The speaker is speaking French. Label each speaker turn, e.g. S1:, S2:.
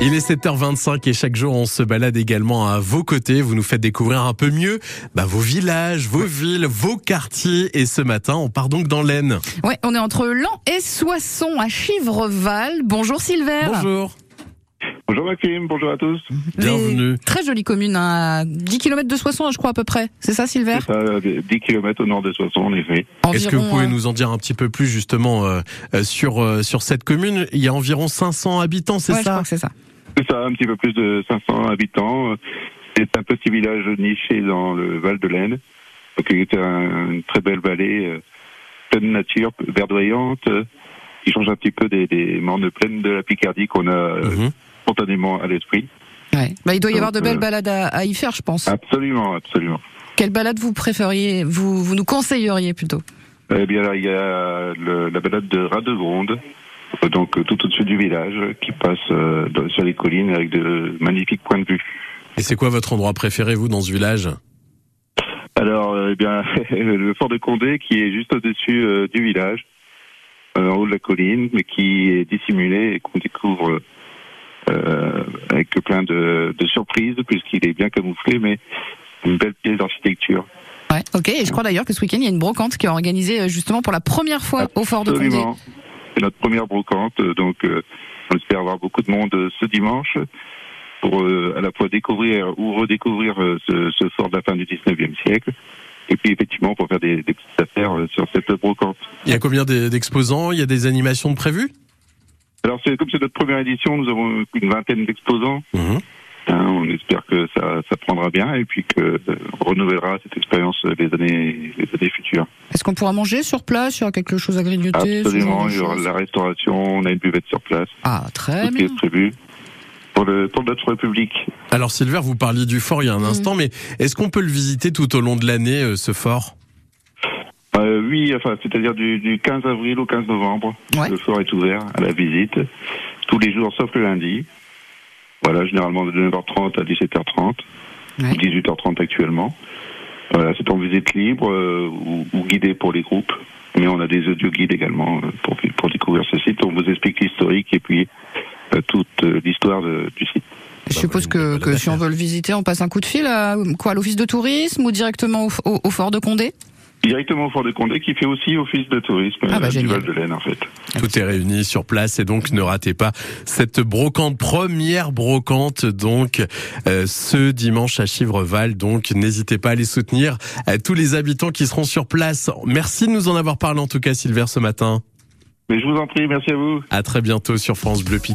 S1: Il est 7h25 et chaque jour on se balade également à vos côtés. Vous nous faites découvrir un peu mieux bah, vos villages, vos villes, vos quartiers. Et ce matin, on part donc dans l'Aisne.
S2: Ouais, on est entre Lan et Soissons à Chivreval. Bonjour Silver.
S1: Bonjour.
S3: Bonjour Maxime, bonjour à tous.
S2: Les-
S1: Bienvenue.
S2: Très jolie commune, hein, à 10 km de Soissons, je crois, à peu près. C'est ça, Silver
S3: C'est ça, euh, 10 km au nord de Soissons, en effet.
S1: Est-ce que vous pouvez
S2: hein.
S1: nous en dire un petit peu plus justement euh, euh, sur, euh, sur cette commune Il y a environ 500 habitants, c'est
S2: Ouais, je
S1: ça
S2: crois que c'est ça.
S3: C'est ça, un petit peu plus de 500 habitants. Euh, C'est un petit village niché dans le Val de l'Aisne, donc il est un- une très belle vallée, euh, pleine de nature, verdoyante, euh, qui change un petit peu des, des mornes pleines de la Picardie qu'on a euh,
S1: Mhm.
S3: spontanément à l'esprit.
S2: Ouais. Bah, il doit y
S3: Donc,
S2: avoir de belles
S3: euh, Ah.
S2: balades à, à y faire, je pense.
S3: Absolument, absolument.
S2: Quelle balade vous préfériez, vous, vous nous conseilleriez plutôt
S3: Eh bien là, il y a le- la balade de Radevronde, euh, donc euh, tout au-dessus du village, euh, qui passe euh, dans- sur les collines avec de magnifiques points de vue.
S1: Et c'est quoi votre endroit préféré, vous, dans ce village
S3: Alors, euh, eh bien, le fort de Condé qui est juste au-dessus euh, du village, euh, en haut de la colline, mais qui est dissimulé et qu'on découvre euh, avec plein de, de surprises, puisqu'il est bien camouflé, mais une belle pièce d'architecture.
S2: Ouais, ok. Et je crois d'ailleurs que ce week-end, il y a une brocante qui est organisée euh, justement pour la première fois au Fort de Condé.
S3: Absolument. C'est notre première brocante, euh, donc euh, on espère avoir beaucoup de monde euh, ce dimanche pour euh, à la fois découvrir ou redécouvrir euh, ce, ce fort de la fin du 19e siècle, et puis effectivement pour faire des, des petites affaires euh, sur cette brocante.
S1: Il y a combien d'e- d'exposants Il y a des animations de prévues
S3: Alors c'est comme c'est notre première édition, nous avons une vingtaine d'exposants.
S1: Mhm.
S3: hein, on espère que ça, ça prendra bien et puis que euh, on renouvellera cette expérience euh, les années les années futures.
S2: Est-ce qu'on pourra manger sur place Il y aura quelque chose à grignoter ce genre
S3: Absolument,
S2: de
S3: il y aura de
S2: choses
S3: la restauration, on a une buvette sur place,
S2: Ah, très
S3: tout qui
S2: bien.
S3: est prévu pour le pour notre public.
S1: Alors Silver, vous parliez du fort il y a un
S2: Mhm.
S1: instant, mais est-ce qu'on peut le visiter tout au long de l'année, euh, ce fort
S3: Euh, oui, enfin c'est-à-dire du, du 15 avril au 15 novembre,
S2: Ouais.
S3: le fort est ouvert à la visite tous les jours sauf le lundi. Voilà, généralement de 9h30 à 17h30.
S2: Ouais.
S3: 18h30 actuellement. Voilà, c'est en visite libre euh, ou, ou guidée pour les groupes. Mais on a des audio guides également euh, pour, pour découvrir ce site. On vous explique l'historique et puis euh, toute euh, l'histoire de- du site.
S2: Je
S1: Bah,
S2: suppose
S1: une
S2: que,
S1: bonne
S2: que si on
S1: affaire.
S2: veut le visiter, on passe un coup de fil à quoi à l'office de tourisme ou directement au, au- au fort de Condé.
S3: Directement au Fort de Condé qui fait aussi office de tourisme
S2: Ah bah,
S3: euh, du
S2: génial.
S3: Val de l'Aisne en fait.
S1: Tout est réuni sur place et donc ne ratez pas cette brocante, première brocante donc euh, ce dimanche à Chivreval. Donc n'hésitez pas à les soutenir, à tous les habitants qui seront sur place. Merci de nous en avoir parlé en tout cas Silver ce matin.
S3: Mais je vous en prie, merci à vous.
S1: À très bientôt sur France Bleu Picardie.